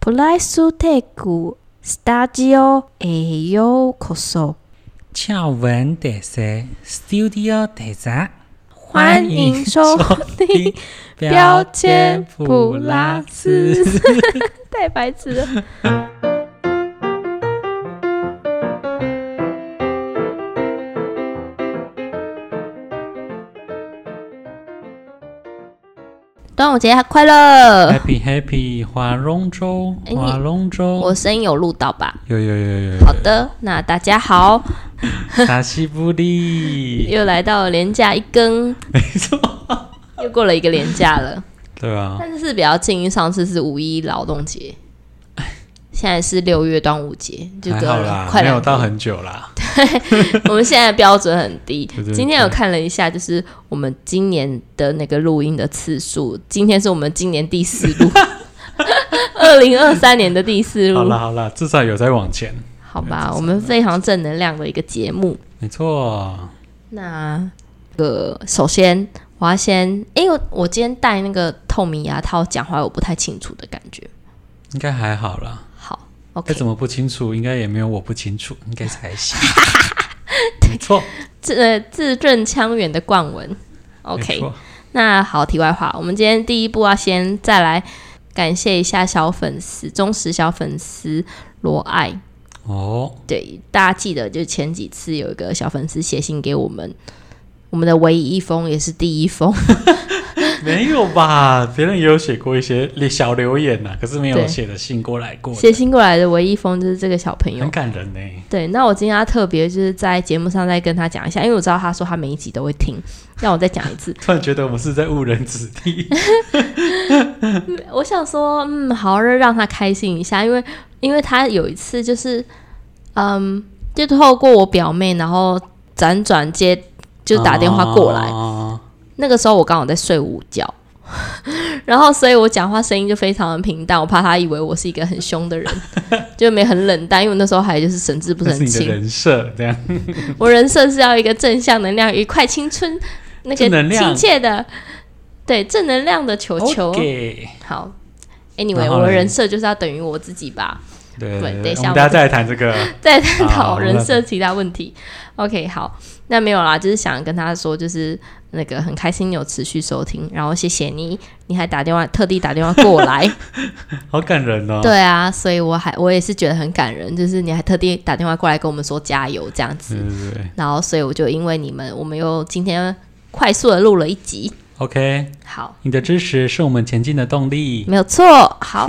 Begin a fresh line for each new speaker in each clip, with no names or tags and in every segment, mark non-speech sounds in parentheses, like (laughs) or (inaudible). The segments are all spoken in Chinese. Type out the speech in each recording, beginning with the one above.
プライステイクスタジオへようこそ。
俏文特色 Studio 特色，
欢迎收听标签普拉斯。太白痴了。端午节快乐！
Happy Happy 划龙舟，
哎你
划龙舟
我，声音有录到吧？
有有有有有，
好的，那大家好，
达西布利，
又来到连假一更，
没错，
又过了一个连假了，
对啊，
但是是比较近，因为上次是五一劳动节，现在是六月端午节，就
还
隔
好
了
啦，
快
没有
两
到
天。
很久啦，
(laughs) 我们现在标准很低
对对。
今天有看了一下，就是我们今年的那个录音的次数，今天是我们今年第四
(laughs)
录，二零二三年的第四
好
录
啦，好啦，至少有在往前，
好吧？我们非常正能量的一个节目。
没错，
那呃，首先我要先，因为我今天戴那个透明牙套讲话，我不太清楚的感觉。
应该还好啦。
好
该
，OK，
怎么不清楚？应该也没有我不清楚，应该才行。没错
字呃字正腔圆的冠文
没
，OK。
错
那好，题外话，我们今天第一步要先再来感谢一下小粉丝、忠实小粉丝罗爱。
哦，
对，大家记得，就前几次有一个小粉丝写信给我们，我们的唯一一封也是第一
(laughs)
封，
没有吧？别人也有写过一些小留言呐、啊可是没有
对
写的信过来过的，
写信过来的唯一一封就是这个小朋友
很。感人呢、
对，那我今天要特别就是在节目上再跟他讲一下，因为我知道他说他每一集都会听，让我再讲一次。
突然觉得我们是在误人子弟，
我想说，嗯，好让他开心一下，因为因为他有一次就是，嗯，就透过我表妹，然后辗转接 (laughs) 就打电话过来，
哦
那个时候我刚好在睡午觉。 (laughs) 然后，所以我讲话声音就非常的平淡，我怕他以为我是一个很凶
(laughs)
的人，就没很冷淡，因为我那时候还就是神志不
这是
神
你的
清。
人设，这样
我人设是要一个正向能量、愉快、青春、那
正能
个
量
亲切的，对正能量的球球。
OK
好，Anyway，
然后
我的
嘞
人设就是要等于我自己吧。 (laughs)
对
对等一下我们
我们大家再来谈这个。
(laughs) 再探
啊好
讨人
那
设其他问题。OK，好，那没有啦，就是想跟他说，就是那个很开心你有持续收听，然后谢谢你，你还打电话特地打电话过
(laughs)
来，
好感人哦！
对啊，所以我还我也是觉得很感人，就是你还特地打电话过来跟我们说加油这样子
对，对对
然后所以我就因为你们，我们又今天快速的录了一集，
，OK，
好，
你的支持是我们前进的动
(laughs)
力。
没有错，
(laughs)
好，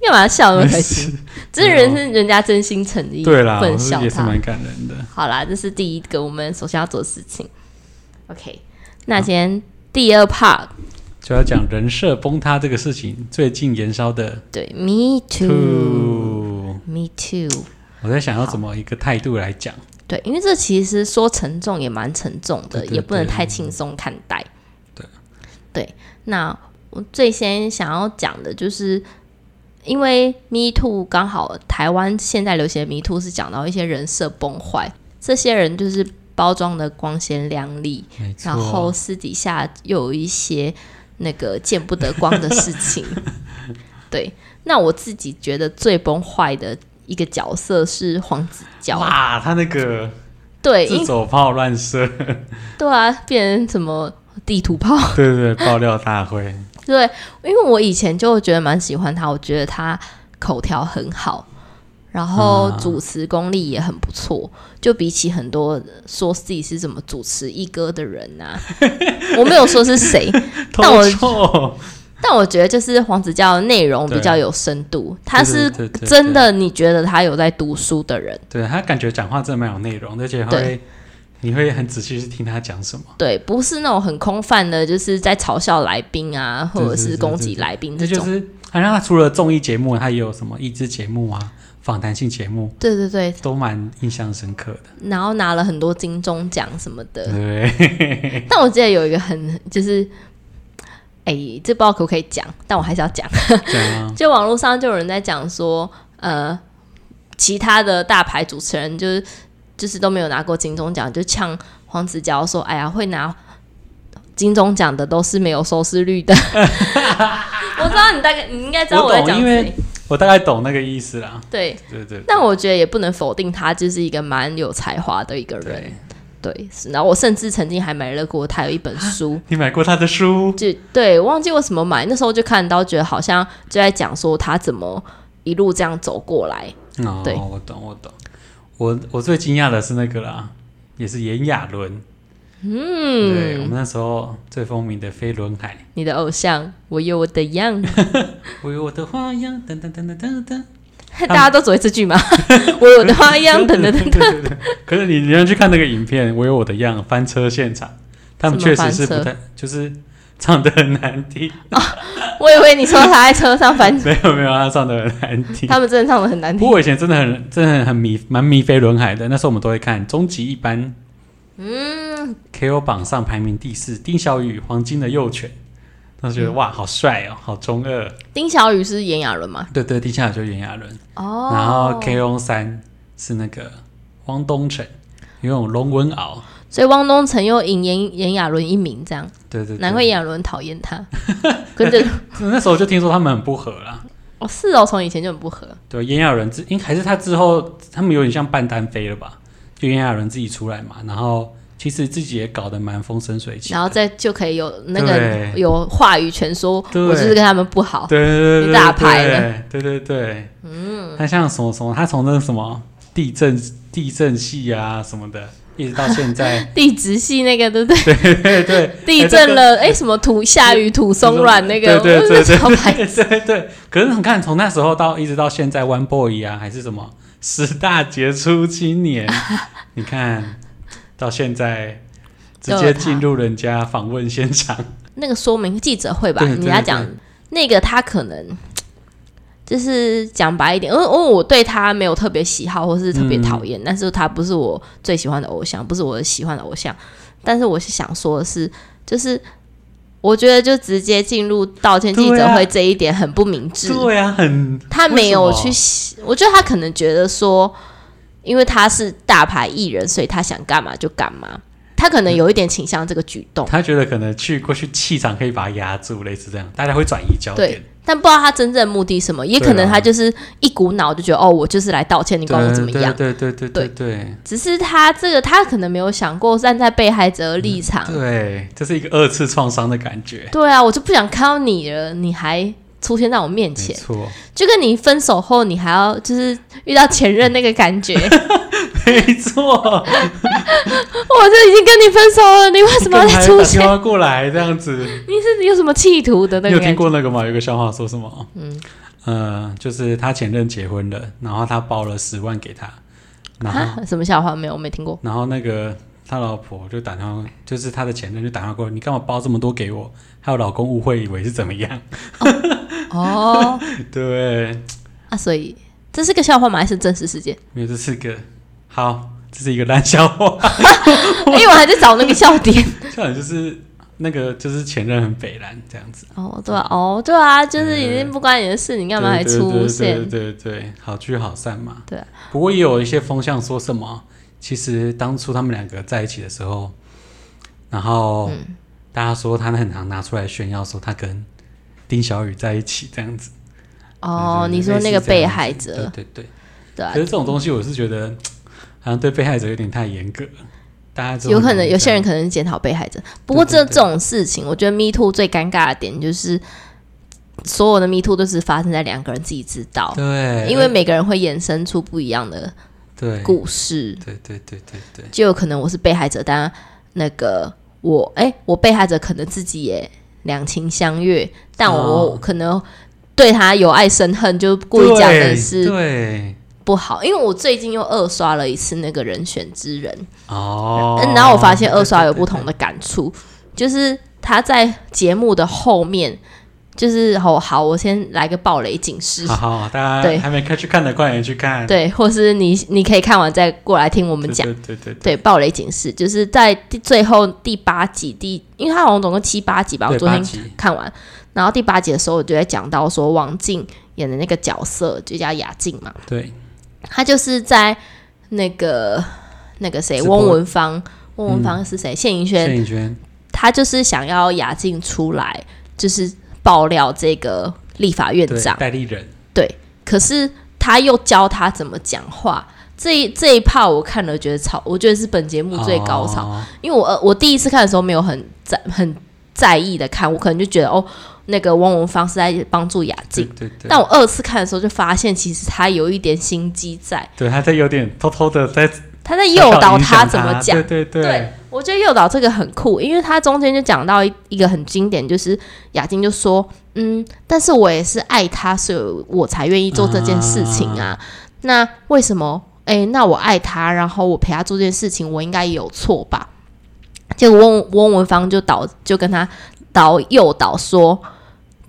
干嘛笑那么开心？这是人是人家真心诚意，
对啦，
不能
我是
笑
也是
他。
蛮感人的。
好啦，这是第一个我们首先要做的事情。OK，那今天第二 part，
就要讲人设崩塌这个事情，最近延烧的
对，Me too，Me
two，
too，
我在想要怎么一个态度来讲。
对，因为这其实说沉重也蛮沉重的，
对对
也不能
对
太轻松看待。
对，
对，那我最先想要讲的就是，因为 Me Too 刚好台湾现在流行的 Me Too 是讲到一些人设崩坏，这些人就是包装的光鲜亮丽，
没错，
然后私底下又有一些那个见不得光的事情。对，那我自己觉得最崩坏的一个角色是黄子佼，
哇，他那个
对，因
自走炮乱射，
对啊，变成什么地图炮？
(laughs)
(laughs)
对对对，爆料大会， (laughs)
对，因为我以前就觉得蛮喜欢他，我觉得他口条很好，然后
啊
主持功力也很不错，就比起很多说自己是怎么主持一哥的人啊，我没有说是谁，但
偷
我
臭，
但我觉得就是黄子佼的内容
对
比较有深度，他是
对对对对
真的你觉得他有在读书的人，
(laughs) 对他感觉讲话真的蛮有内容，而且会
对
你会很仔细去听他讲什么，
对，不是那种很空泛的，就是在嘲笑来宾啊，
对
或者
对
是
对
攻
对
击
对
来宾
这
这
就
种。
是好像他除了综艺节目，他也有什么益智节目啊、访谈性节目，
对对对，
都蛮印象深刻的。
然后拿了很多金钟奖什么的。 (laughs)
对，
但我记得有一个很就是，哎、这不知道可不可以讲，但我还是要讲。
这样啊
就网络上就有人在讲说，呃，其他的大牌主持人就是就是都没有拿过金钟奖，就呛黄子佼说：“哎呀，会拿金钟奖的都是没有收视率的。” (laughs) 我知道你大概，你应该知道
我
在
懂
讲
因为
谁。
我大概懂那个意思啦。
对，
对对对
但我觉得也不能否定他就是一个蛮有才华的一个人
对。，
对，是然后我甚至曾经还买了过他有一本书，
你买过他的书？
就对，忘记为什么买，那时候就看到，觉得好像就在讲说他怎么一路这样走过来。
哦
对，
我懂我懂。我我最惊讶的是那个啦，也是炎亚纶。嗯，对我们那时候最风靡的飞轮海。
你的偶像，我有我的
(laughs)
样，
我有我的花样，噔噔噔噔噔噔。
大家都只会这句嘛， (laughs) 我有我的花样，等等
(laughs)
等等。
对对对。可是你你要去看那个影片，我有我的样翻车现场，他们
怎么
确
翻
实是不
车
太，就是唱的很难听。
我以为你说他在车上翻，
没有没有，他唱的很难听。
他们真的唱的很难
不
听
过。我以前真的很真的很迷蛮迷飞轮海的，那时候我们都会看终极一班。嗯，KO 榜上排名第四，丁小雨黄金的右拳，当
嗯
时觉得、哇，好帅哦，好中二。
丁小雨是炎亚纶嘛？
对对，丁小雨就是炎亚纶。
哦，
然后 KO 三是那个汪东城，因为我龙文敖，
所以汪东城又引炎炎亚纶一名，这样
对对对，
难怪炎亚纶讨厌他。跟着 (laughs)
那时候就听说他们很不合啦。
哦是哦，从以前就很不合。
对，炎亚纶之，应还是他之后，他们有点像半单飞了吧？就炎亚纶自己出来嘛，然后其实自己也搞得蛮风生水起的。
然后再就可以有那个
对
有话语权说，
对
我就是跟他们不好。
对对对
哦你
对，
打牌了，
对对对，嗯，他像什么什么，他从那个什么地震地震系啊什么的，一直到现在
(laughs) 地质系那个对不对？
对对对，
地
哎
震了，哎，什么土下雨土松软那个，
对对对对
我真的超白
对对对，可是你看，从那时候到一直到现在，One Boy 啊，还是什么十大杰出青
(laughs)
年，你看到现在直
都有
接
他
进入人家访问现场，
那个说明记者会吧，
对对
你要讲那个他可能就是讲白一点，因为因为我对他没有特别喜好或是特别讨
嗯
厌，但是他不是我最喜欢的偶像，不是我喜欢的偶像。但是我是想说的是，就是我觉得就直接进入道歉记
对
者
啊
会这一点很不明智。
对啊，很
他没有去
为
洗，我觉得他可能觉得说，因为他是大牌艺人，所以他想干嘛就干嘛。他可能有一点倾向这个举动。
他觉得可能去过去气场可以把他压住，类似这样，大家会转移焦点
对。但不知道他真正的目的是什么，也可
对
能
啊
他就是一股脑就觉得、哦，我就是来道歉，你管我怎么样？
对对对对对对
只是他这个他可能没有想过站在被害者的立场。
嗯对，这是一个二次创伤的感觉，
对啊，我就不想看到你了，你还出现在我面
没
前，
错， (laughs)
就跟你分手后你还要就是遇到前任那个感
(laughs)
觉，我就
没错。
已经跟你分手了，你为什么要再出现
你干嘛还打电？话过来这样子？
你是有什么企图的那
你
个
有
感
听
觉？
过那个吗？有个笑话说什么？嗯，呃，就是他前任结婚了，然后他包了十万给他，然后、
啊，什么笑话没有？我没听过。
然后那个他老婆就打电话，就是他的前任就打电话过来，你干嘛包这么多给我？还有老公误会以为是怎么样？ (laughs)
哦，
对，
啊，所以这是个笑话吗？还是真实事
(laughs)
件？
没有这是个好，这是一个烂笑话，
因哎为我还在找那个笑点。
这样就是那个就是前任很北蓝这样子，
哦，对啊，哦，对啊，就是已经不关你的事，你干嘛还
对对
出
对
现？
对对对，好聚好散嘛。
对啊，
不过也有一些风向说什么，其实当初他们两个在一起的时候，然后大家说他很常拿出来炫耀说他跟丁小雨在一起这样子。
哦，
对对对
你说那个
类似这
被
样子
害者，
对对对。
对啊
可，是这种东西，我是觉得好像对被害者有点太严格了。大家就
有可
很容
能
易
有些
这
人
样
可能检讨被害者。不过这
对对对
这种事情，我觉得 Me Too 最尴尬的点就是，所有的 Me Too 都是发生在两个人自己知道，
对，
因为每个人会衍生出不一样的
对
故事，
对对对对对，
就有可能我是被害者，但那个我，哎，我被害者可能自己也两情相悦，但我
哦
我可能。对他有爱生恨，就故意讲的
对
是
对
不好，因为我最近又二刷了一次那个人选之人，
哦
嗯，然后我发现
对
二刷
对
有
对
不同的感触，就是他在节目的后面，就是哦好，我先来个暴雷警示
好，好，大
对
家还没看去看的，快点去看。
对，或是你你可以看完再过来听我们
对，
讲，
对对对对
对，暴雷警示就是在第最后第八集第，因为它好像总共七八集吧，我
对
昨
八
天
集
看完，然后第八集的时候我就在讲到说王静演的那个角色就叫雅静嘛，
对，
他就是在那个那个谁，
直播嗯
翁文芳，翁文芳是谁？谢盈萱，
谢颖轩
他就是想要雅静出来，就是爆料这个立法院
对，
长，
戴立人，
可是他又教他怎么讲话。这一这一趴我看了，觉得超，我觉得是本节目最高潮，
哦
因为我呃我第一次看的时候没有很在很在意的看，我可能就觉得哦，那个汪文芳是在帮助雅
对
静。
对对，
但我二次看的时候就发现，其实他有一点心机在，
对他在有点偷偷的在
他在诱导他怎么讲。
对对对
对，我觉得诱导这个很酷，因为他中间就讲到一一个很经典，就是雅静就说：“嗯，但是我也是爱他，所以我才愿意做这件事情啊。那为什么？诶，那我爱他，然后我陪他做这件事情，我应该也有错吧？”结果翁翁文芳就导就跟他导诱导说：“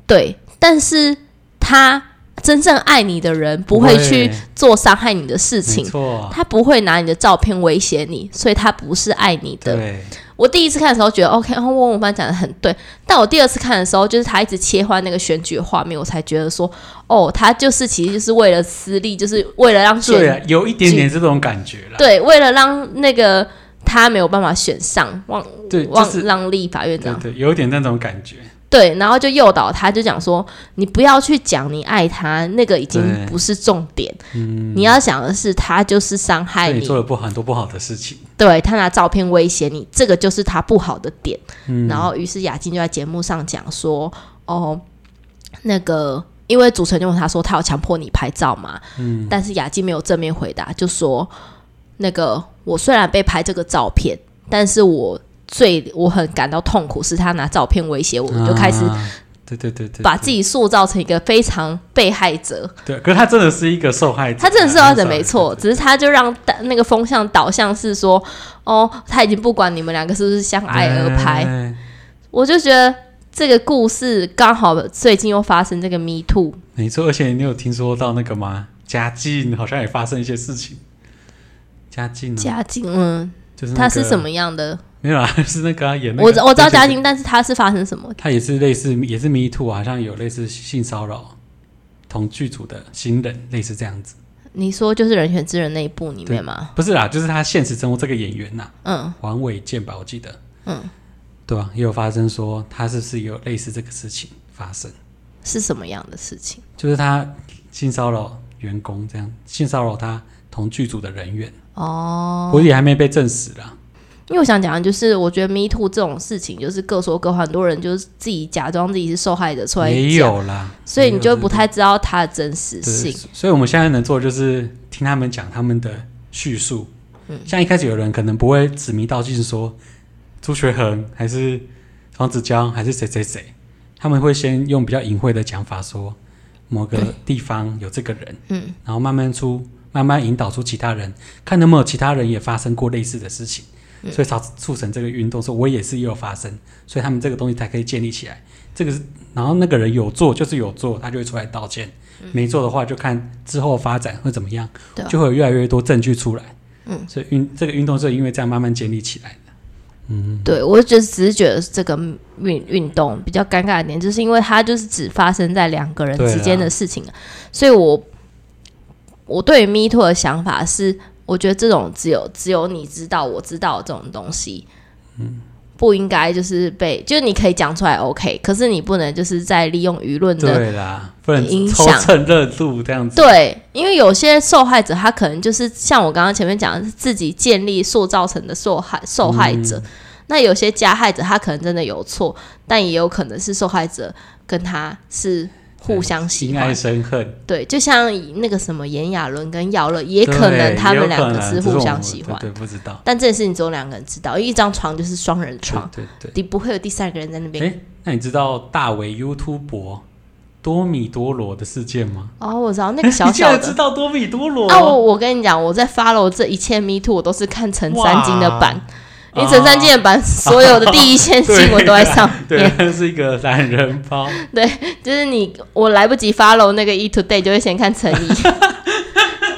对，但是他真正爱你的人不会去做伤害你的事
没
情，
错，
他不会拿你的照片威胁你，所以他不是爱你的。
对，
我第一次看的时候觉得 OK，然后哦翁文帆讲的很对，但我第二次看的时候，就是他一直切换那个选举的画面，我才觉得说，哦，他就是其实就是为了私利，就是为了让选
对啊，有一点点这种感觉啦。
对为了让那个他没有办法选上，忘
对，就
忘、
是
让立法院
对
长
对，有一点那种感觉。
对，然后就诱导他，就讲说，你不要去讲你爱他，那个已经
对
不是重点，
嗯，
你要想的是他就是伤害
对你
你
做了不好很多不好的事情，
对他拿照片威胁你，这个就是他不好的点。
嗯
然后，于是雅静就在节目上讲说：“哦，那个，因为主持人就问他说，他有强迫你拍照吗？”
嗯，
但是雅静没有正面回答，就说：“那个，我虽然被拍这个照片，但是我最我很感到痛苦，是他拿照片威胁我，我就开始
啊对对对对，
把自己塑造成一个非常被害者。”
对，可是他真的是一个受害者，
他真的是要
啊
者没错，，只是他就让大那个风向导向是说，哦，他已经不管你们两个是不是相
他
爱而拍。
对
我就觉得这个故事刚好最近又发生这个 Me Too，
没错。而且你有听说到那个吗？嘉靖好像也发生一些事情。嘉靖啊，
嘉靖，嗯，
就是那
他
个
是什？么样的？
没有啊， (laughs) 是那个啊演那个
我知我知道
对对对
嘉靖，但是他是发生什么？
他也是类似，也是 Me Too，好像有类似性骚扰同剧组的新人，类似这样子。
你说就是《人选之人》那一部里面吗？
不是啦，就是他现实生活这个演员呐、
嗯，
黄伟健吧，我记得。
嗯。
对啊，也有发生说他是不是有类似这个事情发生，
是什么样的事情？
就是他性骚扰员工这样，性骚扰他同剧组的人员，
哦
不，过也还没被证实啦。
因为我想讲的就是，我觉得 Me Too 这种事情就是各说各话，很多人就是自己假装自己是受害者出来
没
讲，
有啦，
所以
没
你
有
就
这
不
个
太知道它的真实
对，嗯
性。
所以我们现在能做的就是听他们讲他们的叙述。
嗯
像一开始有人可能不会指名道姓说朱学恒还是黄子佼还是谁谁谁，他们会先用比较隐晦的讲法说某个地方有这个人，
嗯，
然后慢慢出慢慢引导出其他人，看能不能有其他人也发生过类似的事情，
嗯
所以才促成这个运动，说我也是也有发生，所以他们这个东西才可以建立起来。这个是，然后那个人有做就是有做，他就会出来道歉；没做的话，就看之后发展会怎么样，
嗯对啊
就会有越来越多证据出来。
嗯，
所以运这个运动是因为这样慢慢建立起来的。嗯，
对，我就只是觉得这个运运动比较尴尬的点，就是因为它就是只发生在两个人
对啊
之间的
啦
事情，啊所以我我对于 Me Too 的想法是，我觉得这种只有只有你知道，我知道这种东西，嗯，不应该就是被，就是你可以讲出来 OK，可是你不能就是在利用舆论的
对啦，不能
影
抽
响
蹭热度这样子。
对，因为有些受害者他可能就是像我刚刚前面讲的，是自己建立塑造成的受害受害者。那有些加害者他可能真的有错，但也有可能是受害者跟他是互相喜
因爱
欢。
生恨，
对，就像那个什么炎亚纶跟姚乐，也可
对
能他
也有
们两
可
个
能
是
只
互
我
相
们
喜
对
欢，
对，不知道。
但这件事情只有两个人知道，因为一张床就是双人床，
对对
你不会有第三个人在那
对。
边。
哎、那你知道大为 YouTube 多米多罗的事件吗？
哦，我知道那个 (laughs) 小
(laughs) 你竟
小
然知
的。
道多米多罗？
啊，我我跟你讲，我在 follow 这一切 Me Too，我都是看陈三金的版，
啊
因为陈三金的
(laughs)
版所有的第一线新闻都在上
对
面，，
那 (laughs) 是一个懒人包。 (laughs)
就是你我来不及 follow 那个 E Today，就会先看陈怡， (laughs)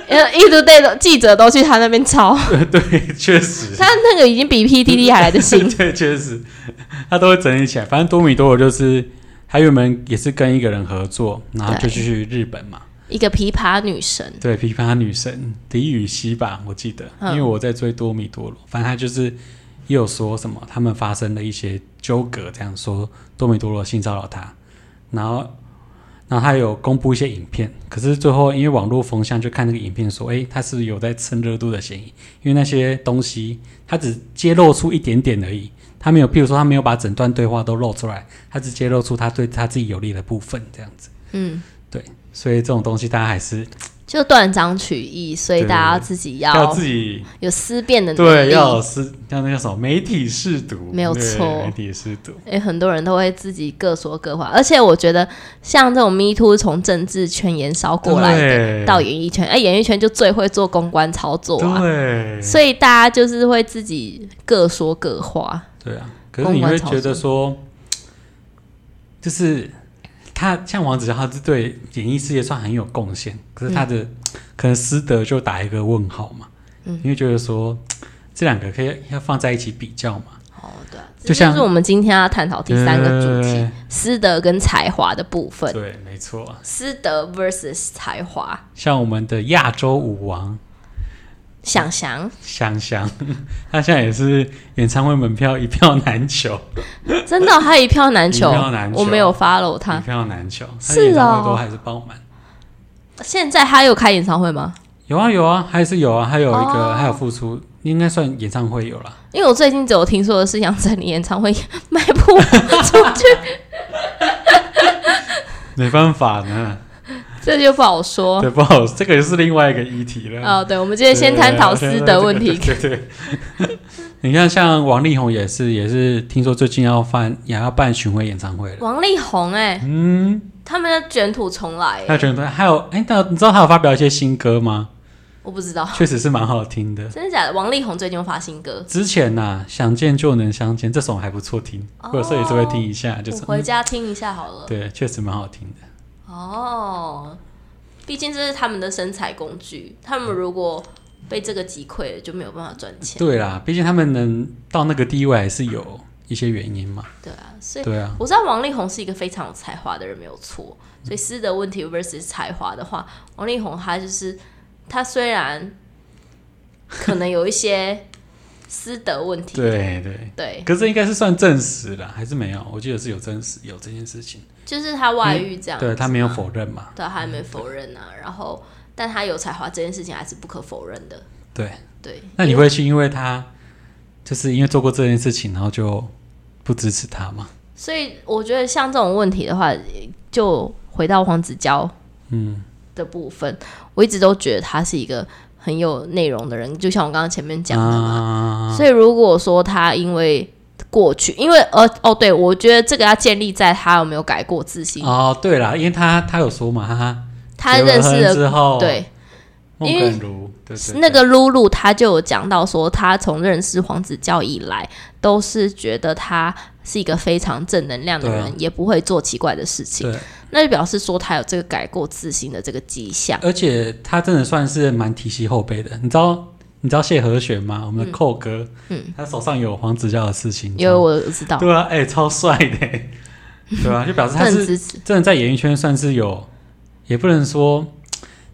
因为 E Today 的记者都去他那边抄，
对，确实，
他那个已经比 PTT 还来的新，
(laughs) 对，确实，他都会整理起来。反正多米多罗就是他原本也是跟一个人合作，然后就
对
去日本嘛。
(laughs) 一个琵琶女神，
对，琵琶女神李禹锡吧，我记得，
嗯
因为我在追多米多罗，反正他就是也有说什么，他们发生了一些纠葛，这样说多米多罗性骚扰他，然后然后他有公布一些影片，可是最后因为网络风向就看那个影片说，诶，他是有在蹭热度的嫌疑，因为那些东西他只揭露出一点点而已，他没有，譬如说他没有把整段对话都露出来，他只揭露出他对他自己有利的部分这样子，
嗯，
所以这种东西大家还是
就断章取义，所以
对
大家自己
要
要
自己
有思辨的能
对
力。
要是要那个什么媒体试读，
没有
对
错
媒体试读，
诶，很多人都会自己各说各话，而且我觉得像这种 Me Too 是从政治圈延烧过来的，
对
到演艺圈，哎、演艺圈就最会做公关操作啊，
对，
所以大家就是会自己各说各话。
对啊，可是你会觉得说，就是他像王子祥，他是对演艺事业算很有贡献，可是他的、可能师德就打一个问号嘛，
嗯
你会觉得说这两个可以要放在一起比较嘛？
哦，对、啊，
就像
这就是我们今天要探讨第三个主
对
题——师德跟才华的部分。
对，没错。啊
师德 versus 才华，
像我们的亚洲舞王
想想
香香， (laughs) 他现在也是演唱会门票一票难求，
真的、他一票难求，
一票难求
我没有 follow
一
他。
票难求，他
是
演唱
哦
会都还是爆满。
现在他有开演唱会吗？
有啊有啊，还是有啊，还有一个、
哦
还有付出，应该算演唱会有啦。
因为我最近只有听说的是杨丞琳演唱会 (laughs) 卖不完出去， (laughs)
没办法呢，
这就不好说。
对，不好，这个又是另外一个议题了。
哦哦，对，我们今天先探讨师德问题。
啊对啊对对对 (laughs) 你看，像王力宏也是，也是听说最近要办也要办巡回演唱会了。
王力宏、哎，
啊嗯，
他们要卷土重来、
他
哎
觉得还有，哎、那你知道他有发表一些新歌吗？
我不知道，
确实是蛮好听的。
真的假的？王力宏最近有发新歌，
之前呐、想见就能相见》这首还不错听，
哦
我有时候也是会听一下，就是
我回家听一下好了。
对，确实蛮好听的。
哦，毕竟这是他们的生财工具，他们如果被这个击溃了，就没有办法赚钱。
对啦，毕竟他们能到那个地位，还是有一些原因嘛。
对啊，所以
对啊，
我知道王力宏是一个非常有才华的人，没有错。所以师德问题 versus 才华的话，王力宏他就是他虽然可能有一些师德问题，
对对。
对，
可是应该是算证实了，还是没有？我记得是有证实有这件事情，
就是他外遇这样，
对他没有否认嘛？
对，他还没否认啊。然后，但他有才华这件事情还是不可否认的。
对，
对，
那你会去因为他就是因为做过这件事情，然后就不支持他吗？
所以我觉得像这种问题的话，就回到黄子佼
嗯，
的部分，我一直都觉得他是一个很有内容的人，就像我刚刚前面讲的嘛。
啊，
所以如果说他因为过去，因为呃哦，对我觉得这个要建立在他有没有改过自新，
哦，对啦，因为他他有说嘛，哈哈，
他
结
认识
婚
了
之后，，
对
孟
因为
耿如，对对对
那个露露，她就有讲到说，她从认识黄子佼以来，都是觉得他是一个非常正能量的
对啊
人，也不会做奇怪的事情，
对，
那就表示说他有这个改过自新的这个迹象。
而且他真的算是蛮提携后辈的。你知道你知道谢和弦吗？我们的寇哥，
嗯
他手上有黄子佼的事情，
因为我知道，
对啊，哎、超帅的、
(laughs)
对啊，就表示
他
他
很
是
支持，
真的在演艺圈算是有，也不能说，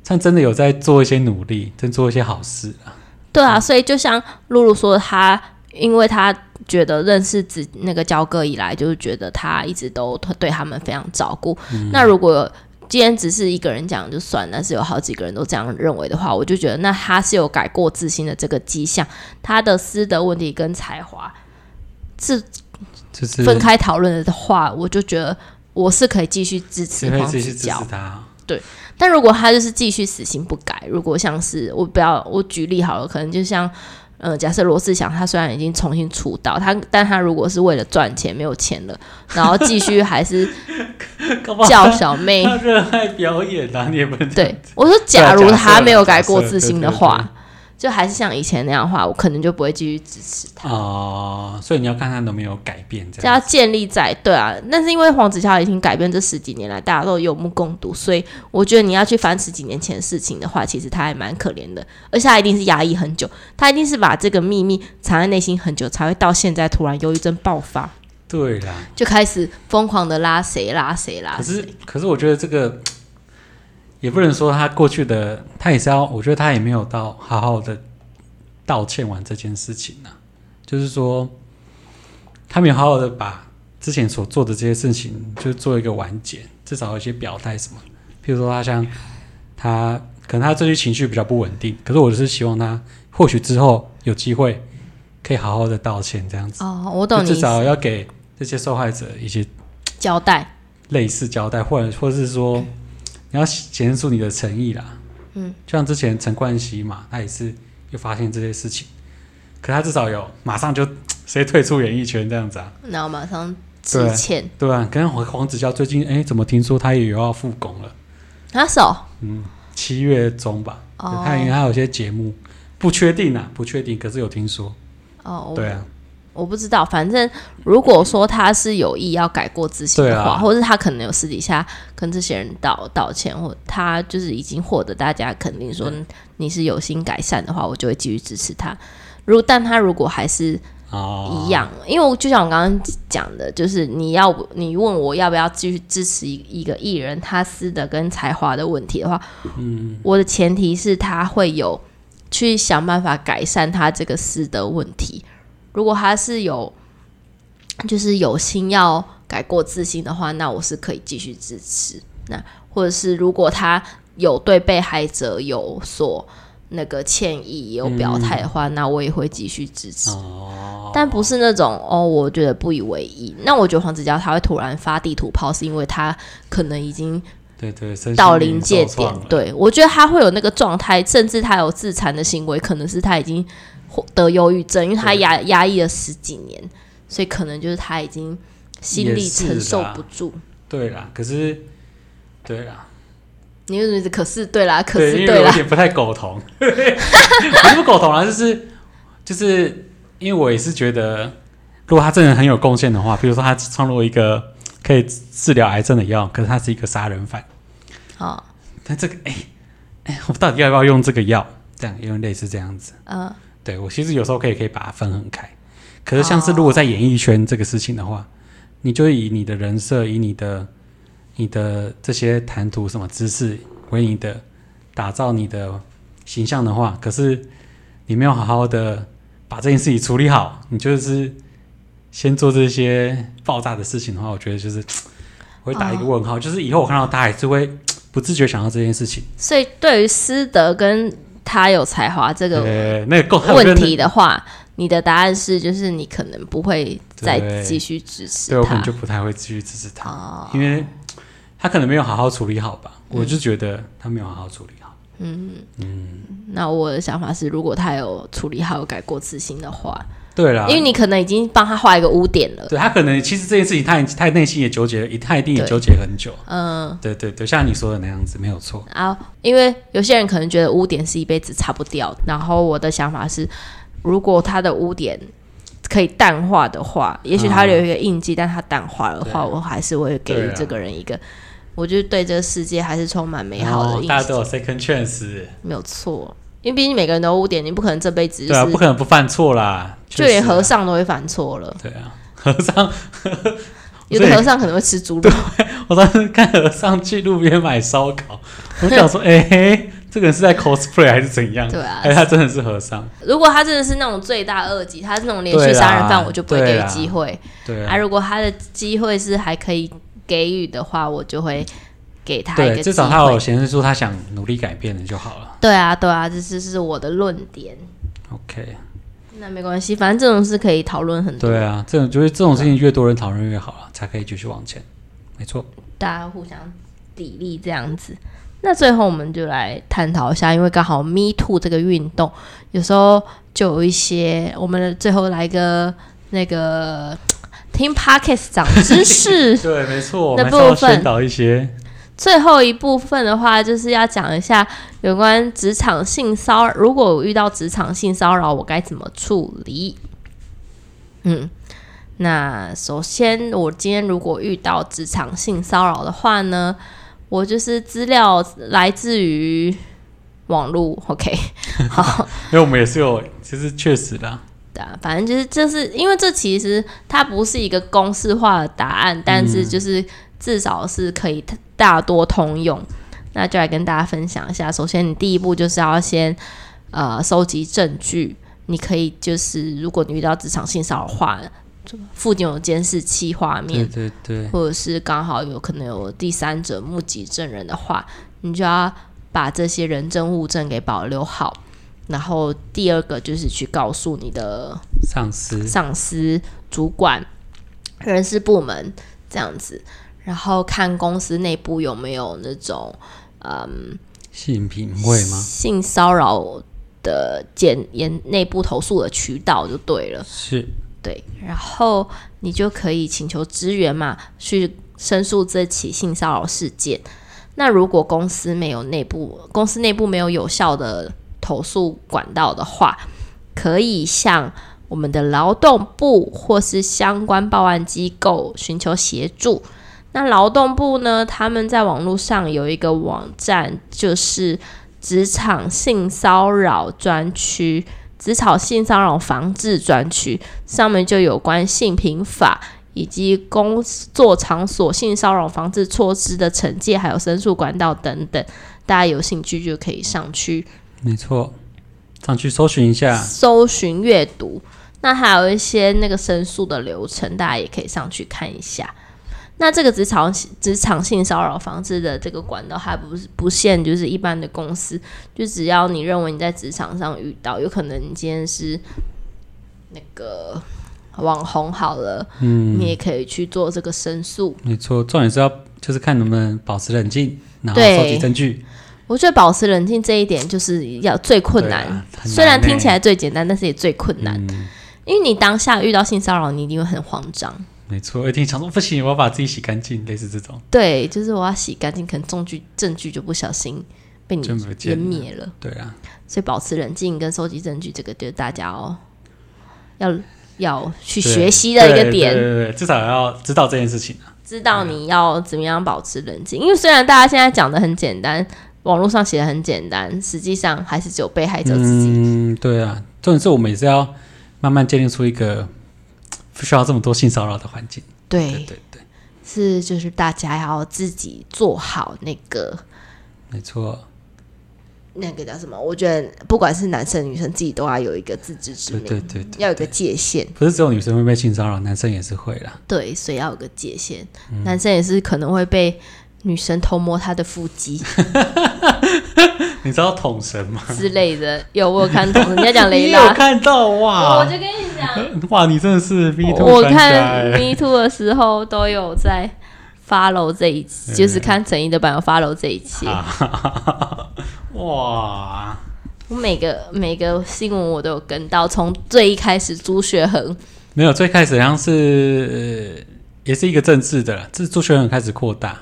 算真的有在做一些努力，真做一些好事啊。
对啊，所以就像露露说的，她因为她觉得认识子那个焦哥以来，就是觉得他一直都对他们非常照顾。
嗯
那如果今天只是一个人讲就算，但是有好几个人都这样认为的话，我就觉得那他是有改过自新的这个迹象，他的私德问题跟才华是
就是
分开讨论的话，我就觉得我是可以继续支持
谁会
黄
继续
子
支
佼
持。他？
(laughs) 但如果他就是继续死性不改，如果像是我不要我举例好了，可能就像呃，假设罗志祥他虽然已经重新出道，他但他如果是为了赚钱没有钱了，然后继续还
(laughs)
是
搞不好
叫
他
小妹，
他热爱表演啊，你也不能这样
对我说，假如他没有改过
假设
自新的
对对
话，就还是像以前那样的话，我可能就不会继续支持他。
哦、所以你要看他有没有改变这
这
样
要。建立在对啊，但是因为黄子佼已经改变这十几年来，大家都有目共睹，所以我觉得你要去翻十几年前的事情的话，其实他还蛮可怜的，而且他一定是压抑很久，他一定是把这个秘密藏在内心很久，才会到现在突然忧郁症爆发，
对啦，
就开始疯狂的拉谁拉谁拉
可
谁。
是可是我觉得这个也不能说他过去的，他也是要，我觉得他也没有到好好的道歉完这件事情呢、啊，就是说他没有好好的把之前所做的这些事情，就做一个完结，至少有一些表态什么。譬如说，他像他可能他最近情绪比较不稳定，可是我就是希望他或许之后有机会可以好好的道歉，这样子。
哦，我懂
就
你
至
意思
少要给这些受害者一些
交代，
类似交代，或者或是说你要显现出你的诚意啦。
嗯，
就像之前陈冠希嘛，他也是又发现这些事情，可他至少有马上就谁退出演艺圈这样子啊，
然后马上致
对
歉。
对吧、跟黄黄子佼最近哎，怎么听说他也有要复工了？
他手
七月中吧，对
哦
他因为他有些节目不确定啊，不确定，可是有听说，
哦，我
对啊，
我不知道，反正如果说他是有意要改过自新的
对
话，
啊
或者是他可能有私底下跟这些人道道歉，或他就是已经获得大家肯定说你是有心改善的话，我就会继续支持他。如但他如果还是
哦，
一样，因为我就像我刚刚讲的，就是你要你问我要不要继续支持一一个艺人他私德跟才华的问题的话，嗯，我的前提是他会有去想办法改善他这个私德问题。如果他是有就是有心要改过自新的话，那我是可以继续支持。那或者是如果他有对被害者有所那个歉意，也有表态的话，那我也会继续支持。
哦，
但不是那种哦，我觉得不以为意。那我觉得黄子佼他会突然发地图炮，是因为他可能已经
对对，身心
到
灵
临界
受创
点
了。
对我觉得他会有那个状态，甚至他有自残的行为，可能是他已经获得忧郁症，因为他
对
压压抑了十几年，所以可能就是他已经心
也
力
是
承受
啦
不住。
对啦，可是对啦，
你为什么一直可是对啦，可
对，
是
因为
对
我有
啦，
点不太
(laughs)
苟同，不是不苟同啦，就是就是因为我也是觉得，如果他真的很有贡献的话，比如说他创作一个可以治疗癌症的药，可是他是一个杀人犯，
啊，
但这个哎哎、我到底要不要用这个药？这样因为类似这样子，
嗯，
对我其实有时候可以可以把它分很开，可是像是如果在演艺圈这个事情的话，你就以你的人设，以你的你的这些谈吐什么姿势为你的打造你的形象的话，可是你没有好好的把这件事情处理好，你就是先做这些爆炸的事情的话，我觉得就是我会打一个问号，就是以后我看到他还是会不自觉想到这件事情。
所以对于师德跟他有才华这个
对，那个够
问题的话，你的答案是就是你可能不会再
对
继续支持
对我可
他
能就不太会继续支持他，
哦嗯
因为他可能没有好好处理好吧。我就觉得他没有好好处理好。
那我的想法是，如果他有处理好、有改过自新的话，
对啊啦，
因为你可能已经帮他画一个污点了。
对他可能其实这件事情他已他内心也纠结了，一他一定也
对
纠结很久。
嗯
对对对，像你说的那样子没有错。
啊，因为有些人可能觉得污点是一辈子擦不掉的，然后我的想法是，如果他的污点可以淡化的话，也许他留一个印记，但他淡化的话，
对啊
我还是会给
对
予
啊
这个人一个，我就对这个世界还是充满美
然
好的
后
印
哦大
象
家。都有 second chance，
没有错，因为毕竟每个人都有污点，你不可能这辈子就
对啊，
是
不可能不犯错啦。
就
确实
连
啊
和，尚都会犯错了，
对啊， (laughs) 和尚，
有的
所以
和尚可能会吃猪肉。
(laughs) 我当时看和尚去路边买烧烤，我
(laughs)
想说，哎、嘿这个人是在 cosplay 还是怎样？
对啊
哎、他真的是和尚。
如果他真的是那种罪大恶极，他是那种连续
对啦
杀人犯，我就不会给
对
予
啦
机会。
对啊
啊，，如果他的机会是还可以给予的话，我就会给他一
对，
个
至
机
少他有
会。
显示出他想努力改变的就好了。
对啊，对啊，这就是我的论点。
OK，
那没关系，反正这种是可以讨论很多，
对啊，这种就是这种事情越多人讨论越好了，才可以继续往前。没错，
大家互相砥砺这样子。那最后我们就来探讨一下，因为刚好 Me Too 这个运动，有时候就有一些，我们最后来一个那个听 Podcast 长知识。
对，没错，我
那
们还是要
部分
宣导一些，
最后一部分的话，就是要讲一下有关职场性骚扰。如果我遇到职场性骚扰，我该怎么处理？嗯，那首先，我今天如果遇到职场性骚扰的话呢，我就是资料来自于网络，OK，好，
因为我们也是有，其实确实啦，
对啊，反正就是这是因为这其实它不是一个公式化的答案，但是就是至少是可以大多通用。那就来跟大家分享一下。首先，你第一步就是要先呃收集证据，你可以就是如果你遇到职场性骚扰的话，附近有监视器画
对
面，
对对，
或者是刚好有可能有第三者目击证人的话，你就要把这些人证物证给保留好。然后第二个就是去告诉你的
丧尸
上司、主管、人事部门这样子，然后看公司内部有没有那种嗯
性品会吗？
性骚扰的检研内部投诉的渠道就对了。
是，
对，然后你就可以请求支援嘛，去申诉这起性骚扰事件。那如果公司没有内部公司内部没有有效的投诉管道的话，可以向我们的劳动部或是相关报案机构寻求协助。那劳动部呢，他们在网络上有一个网站，就是职场性骚扰专区、职场性骚扰防治专区。上面就有关性平法以及工作场所性骚扰防治措施的惩戒，还有申诉管道等等。大家有兴趣就可以上去
没错，上去搜寻一下，
搜寻阅读。那还有一些那个申诉的流程，大家也可以上去看一下。那这个职场职场性骚扰防治的这个管道，还不是不限就是一般的公司，就只要你认为你在职场上遇到，有可能你今天是那个网红好了，
嗯，
你也可以去做这个申诉。
没错，重点是要就是看能不能保持冷静，然后
对
收集证据。
我觉得保持冷静这一点就是要最困
对
难，
啊很
虽然
难欸
听起来最简单，但是也最困难，
嗯，
因为你当下遇到性骚扰，你一定会很慌张。
没错，一定想说不行，我要把自己洗干净，类似这种。
对，就是我要洗干净，可能证据证据就不小心被你
真不见
湮
了
灭了，
对啊，
所以保持冷静跟收集证据，这个就是大家哦要要去
对
学习的一个
对
点
对。对对对，至少要知道这件事情啊。
知道你要怎么样保持冷静，因为虽然大家现在讲的很简单，网络上写的很简单，实际上还是只有被害者自己。
嗯，对啊，重点是我们也是要慢慢建立出一个不需要这么多性骚扰的环境。对
对，
对对，
是就是大家要自己做好那个
没错，
那个叫什么？我觉得不管是男生女生，自己都要有一个自知之
对
明，
对对对，
要有个界限。
不是只有女生会被性骚扰，男生也是会啦。
对，所以要有个界限。
嗯
男生也是可能会被女生偷摸他的腹
(laughs)
肌
你知道桶神吗？
之类的。有我有看懂，你要讲
(laughs) 你
雷
有
达，
看到
我
哇
就？跟你讲，
哇，你真的是 V 图
我看 Me Too 的时候都有在 follow 这一期，
嗯
就是看陈怡的版有 follow 这一期。
啊， (laughs) 哇，
我每个每个新闻我都有跟到，从最一开始朱学恒，
没有，最开始好像是、呃、也是一个政治的啦，自助学很开始扩大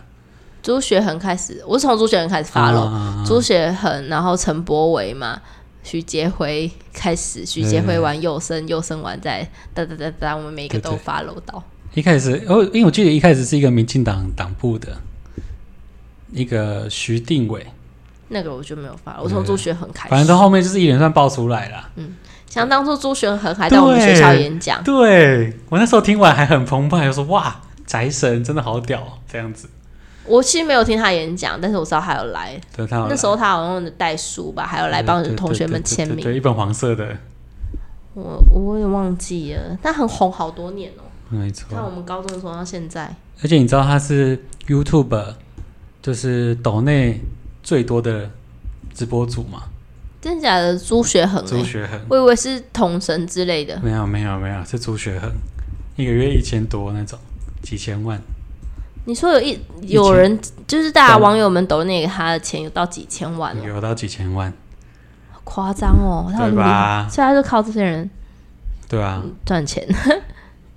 朱学恒开始，我是从朱学恒开始 follow、
啊
朱学恒，然后陈柏维嘛。徐杰辉开始，徐杰辉玩幼生，幼生玩在哒哒哒哒，我们每一个都
对
follow 到。
一开始哦，因为我记得一开始是一个民进党党部的一个徐定伟，
那个我就没有 follow，我从朱学恒开
反正
始嗯
到。后面就是一连串爆出来啦。
想当初朱学恒还在我们学
对
校演讲，
对我那时候听完还很澎湃，我说哇，宅神真的好屌、哦，这样子。
我其实没有听他演讲，但是我知道他有来。
对，他有
那时候他好像带书吧，还有来帮
对
同学们
对对
签
对对
名。
对，一本黄色的，
我我也忘记了，但很红好多年哦、
没
看我
错。
们高中的时候到现在，
而且你知道他是 YouTube，就是岛内最多的直播主嘛？
真假的朱学恒、
朱
欸，
学恒。
我以为是童神之类的。
没有没有没有，是朱学恒，一个月一千多那种，几千万。
你说有一
前
有人就是大家
对
网友们抖那个他的钱有到几千万哦、
有到几千万，
好夸张哦，他有那
对
么厉害，
吧？
所以他就靠这些人
对啊，
赚
(laughs)
钱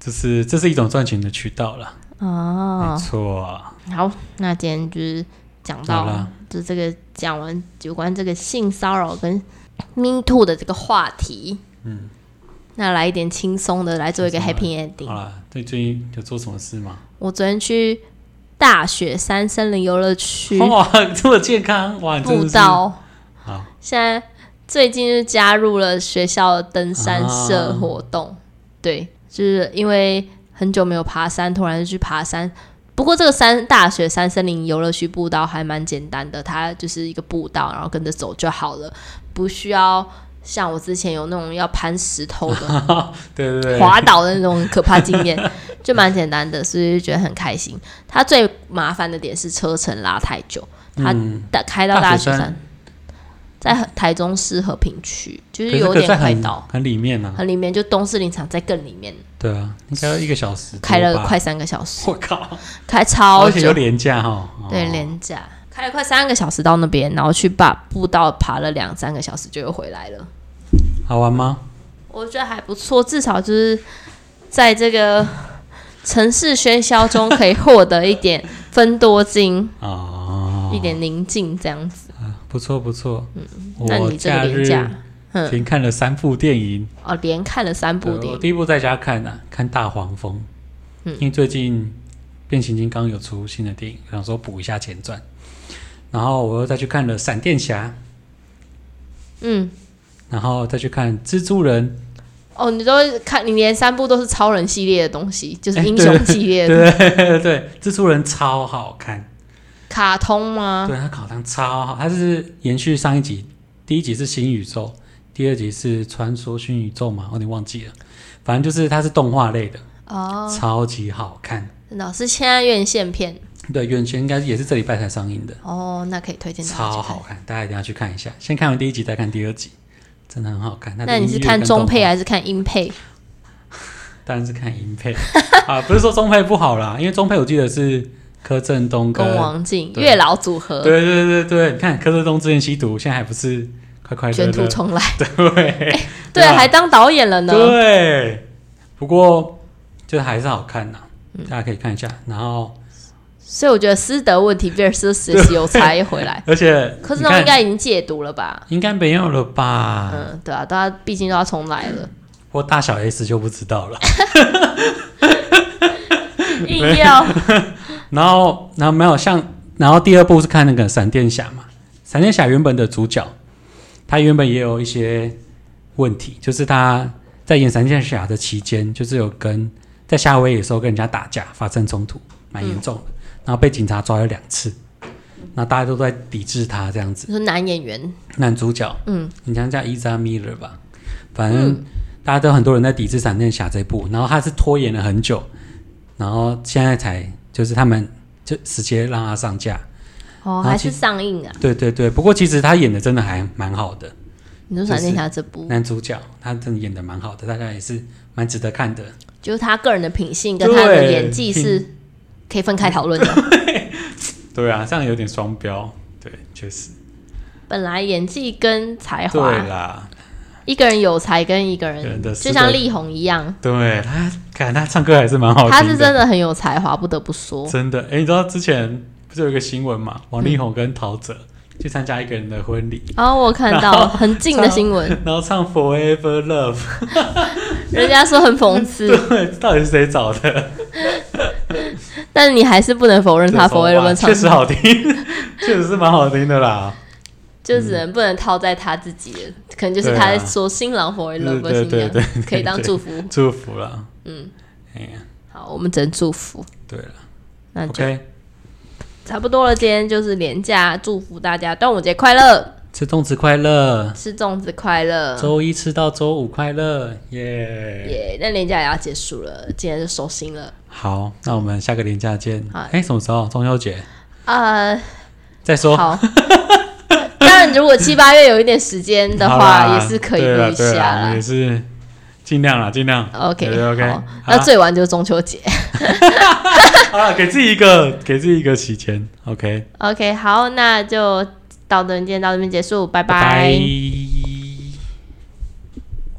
这是这是一种赚钱的渠道啦，没
哦。
错。啊
好，那今天就是讲
好
到
啦
就这个讲完有关这个性骚扰跟 Me Too 的这个话题，
嗯，
那来一点轻松的，来做一个
轻松
Happy
好
Ending。
啦，对最近有做什么事吗？
我昨天去大雪山森林游乐区
哇，这么健康哇！你真
步
的是
道，
好，
现在最近就加入了学校的登山社
啊
活动，对，就是因为很久没有爬山，突然就去爬山。不过这个山大雪山森林游乐区步道还蛮简单的，它就是一个步道，然后跟着走就好了，不需要像我之前有那种要攀石头的
对 (laughs) 对对，
滑倒的那种可怕经验，就蛮简单的，所以就觉得很开心。它最麻烦的点是车程拉太久，它
嗯，
大开到
大
大雪
雪山
山，在台中市和平区，就
可
是
是这
有
个
点
在
快
很
到
很里面啊，
很里面，就东势林场在更里面，
对啊，应该要一个小时多吧
开了，快三个小时，
(laughs) 我靠，
开超
而且
久
又，廉价哈，哦
对，廉价。开了快三个小时到那边，然后去把步道爬了两三个小时，就又回来了。
好玩吗？
我觉得还不错，至少就是在这个城市喧嚣中可以获得一点分多精、
哦，
一点宁静这样子。
啊不错不错，
嗯那
我
你这个
假
廉
日
价
先看了三部电影，
哦，连看了三部
对
电
我
影，嗯
第一部在家看的、看《大黄蜂》，因为最近变形金刚有出新的电影，想说补一下前传，然后我又再去看了《闪电侠》，
嗯，
然后再去看《蜘蛛人
哦，你都看，你连三部都是超人系列的东西，就是
哎
英
对
雄系》，列的、
(laughs) 对对对，蜘蛛人超好看，
(laughs) 卡通吗？
对他烤汤超好，他是延续上一集，第一集是新宇宙，第二集是传说新宇宙嘛，我有哦点忘记了，反正就是它是动画类的，
哦，
超级好看。
真的哦是现在院线片
对，原先应该也是这礼拜才上映的，
哦，那可以推荐大家
超
去看
好。看，大家一定要去看一下。先看完第一集，再看第二集，真的很好看。它的
那你是
音乐
看
跟
中
动
配
画？
还是看英配？
当然是看英配 (laughs) 啊，不是说中配不好啦，因为中配我记得是柯震东跟
跟王静
对
月老组合
对对对对，你看柯震东之前吸毒，现在还不是快快乐
卷土
乐？
重来，
(laughs) 对
对，
啊
还当导演了呢。
对，不过就是还是好看呐，
嗯
大家可以看一下。然后，
所以我觉得师德问题比尔斯实习有差异回来。
而且
柯震
你
东
看
应该已经戒毒了吧？
应该没有了吧？
嗯，对啊，大家毕竟都要重来
(laughs)
了，
不过大小 S 就不知道了。
硬要 (laughs)
然后，然后没有像，然后第二部是看那个闪电侠嘛。闪电侠原本的主角，他原本也有一些问题，就是他在演闪电侠的期间，就是有跟在夏威夷的时候跟人家打架发生冲突，蛮严重的，然后被警察抓了两次，那大家都在抵制他这样子。
你说男演员，
男主角，
嗯，
你像叫伊扎米勒吧，反正大家都很多人在抵制闪电侠这一部，然后他是拖延了很久，然后现在才就是他们就直接让他上架，
哦，
然后
还
其
是上映啊？
对对对。不过其实他演的真的还蛮好的，
你说闪电侠这部，
男主角他真的演的蛮好的，大家也是蛮值得看的。
就是他个人的品性跟他的演技是可以分开讨论的。 (laughs)
对啊，这样有点双标，对，确实，
本来演技跟才
对
哎华，
啦，
一个人有才跟一个
对
人，
的
就像
是的
力宏一样，
对他，看他唱歌还是蛮好听的，
他是真的很有才华，不得不说。
真的，哎、你知道之前不是有一个新闻嘛？王
嗯
力宏跟陶喆去参加一个人的婚礼，
然后我看
然后
到很近的新闻，
然后唱 Forever Love， (laughs)
人家说很讽刺，
对，到底是谁找的？
但你还是不能否认他
这首
forever
哇
唱
确实好听，确实是蛮好听的啦。
就只能不能套在他自己的，可能就是他在说新郎 for
对
love
啊对
新
对
娘
对，
可以当祝福。
祝福啦。
嗯，
哎呀，
好，我们只能祝福。
对了
那就
，OK，
差不多了，今天就是连假，祝福大家端午节快乐，
吃粽子快乐，
吃粽子快乐。
周一吃到周五快乐，耶、
嗯耶那连假也要结束了，今天就收心了。
好，那我们下个年假见。
好
哎、什么时候？中秋节
呃，
再说。
好。 (laughs) 当然，如果七八月有一点时间的
好
话，
啦
也是可以
对啦
录一下
对啦我
啦
们也是尽量啦，尽量。
OK
对 OK，
好那最晚就是中秋节。
好了，给自己一个，给自己一个期间。OK，
OK，好，那就到这，今天到这边结束，拜
拜拜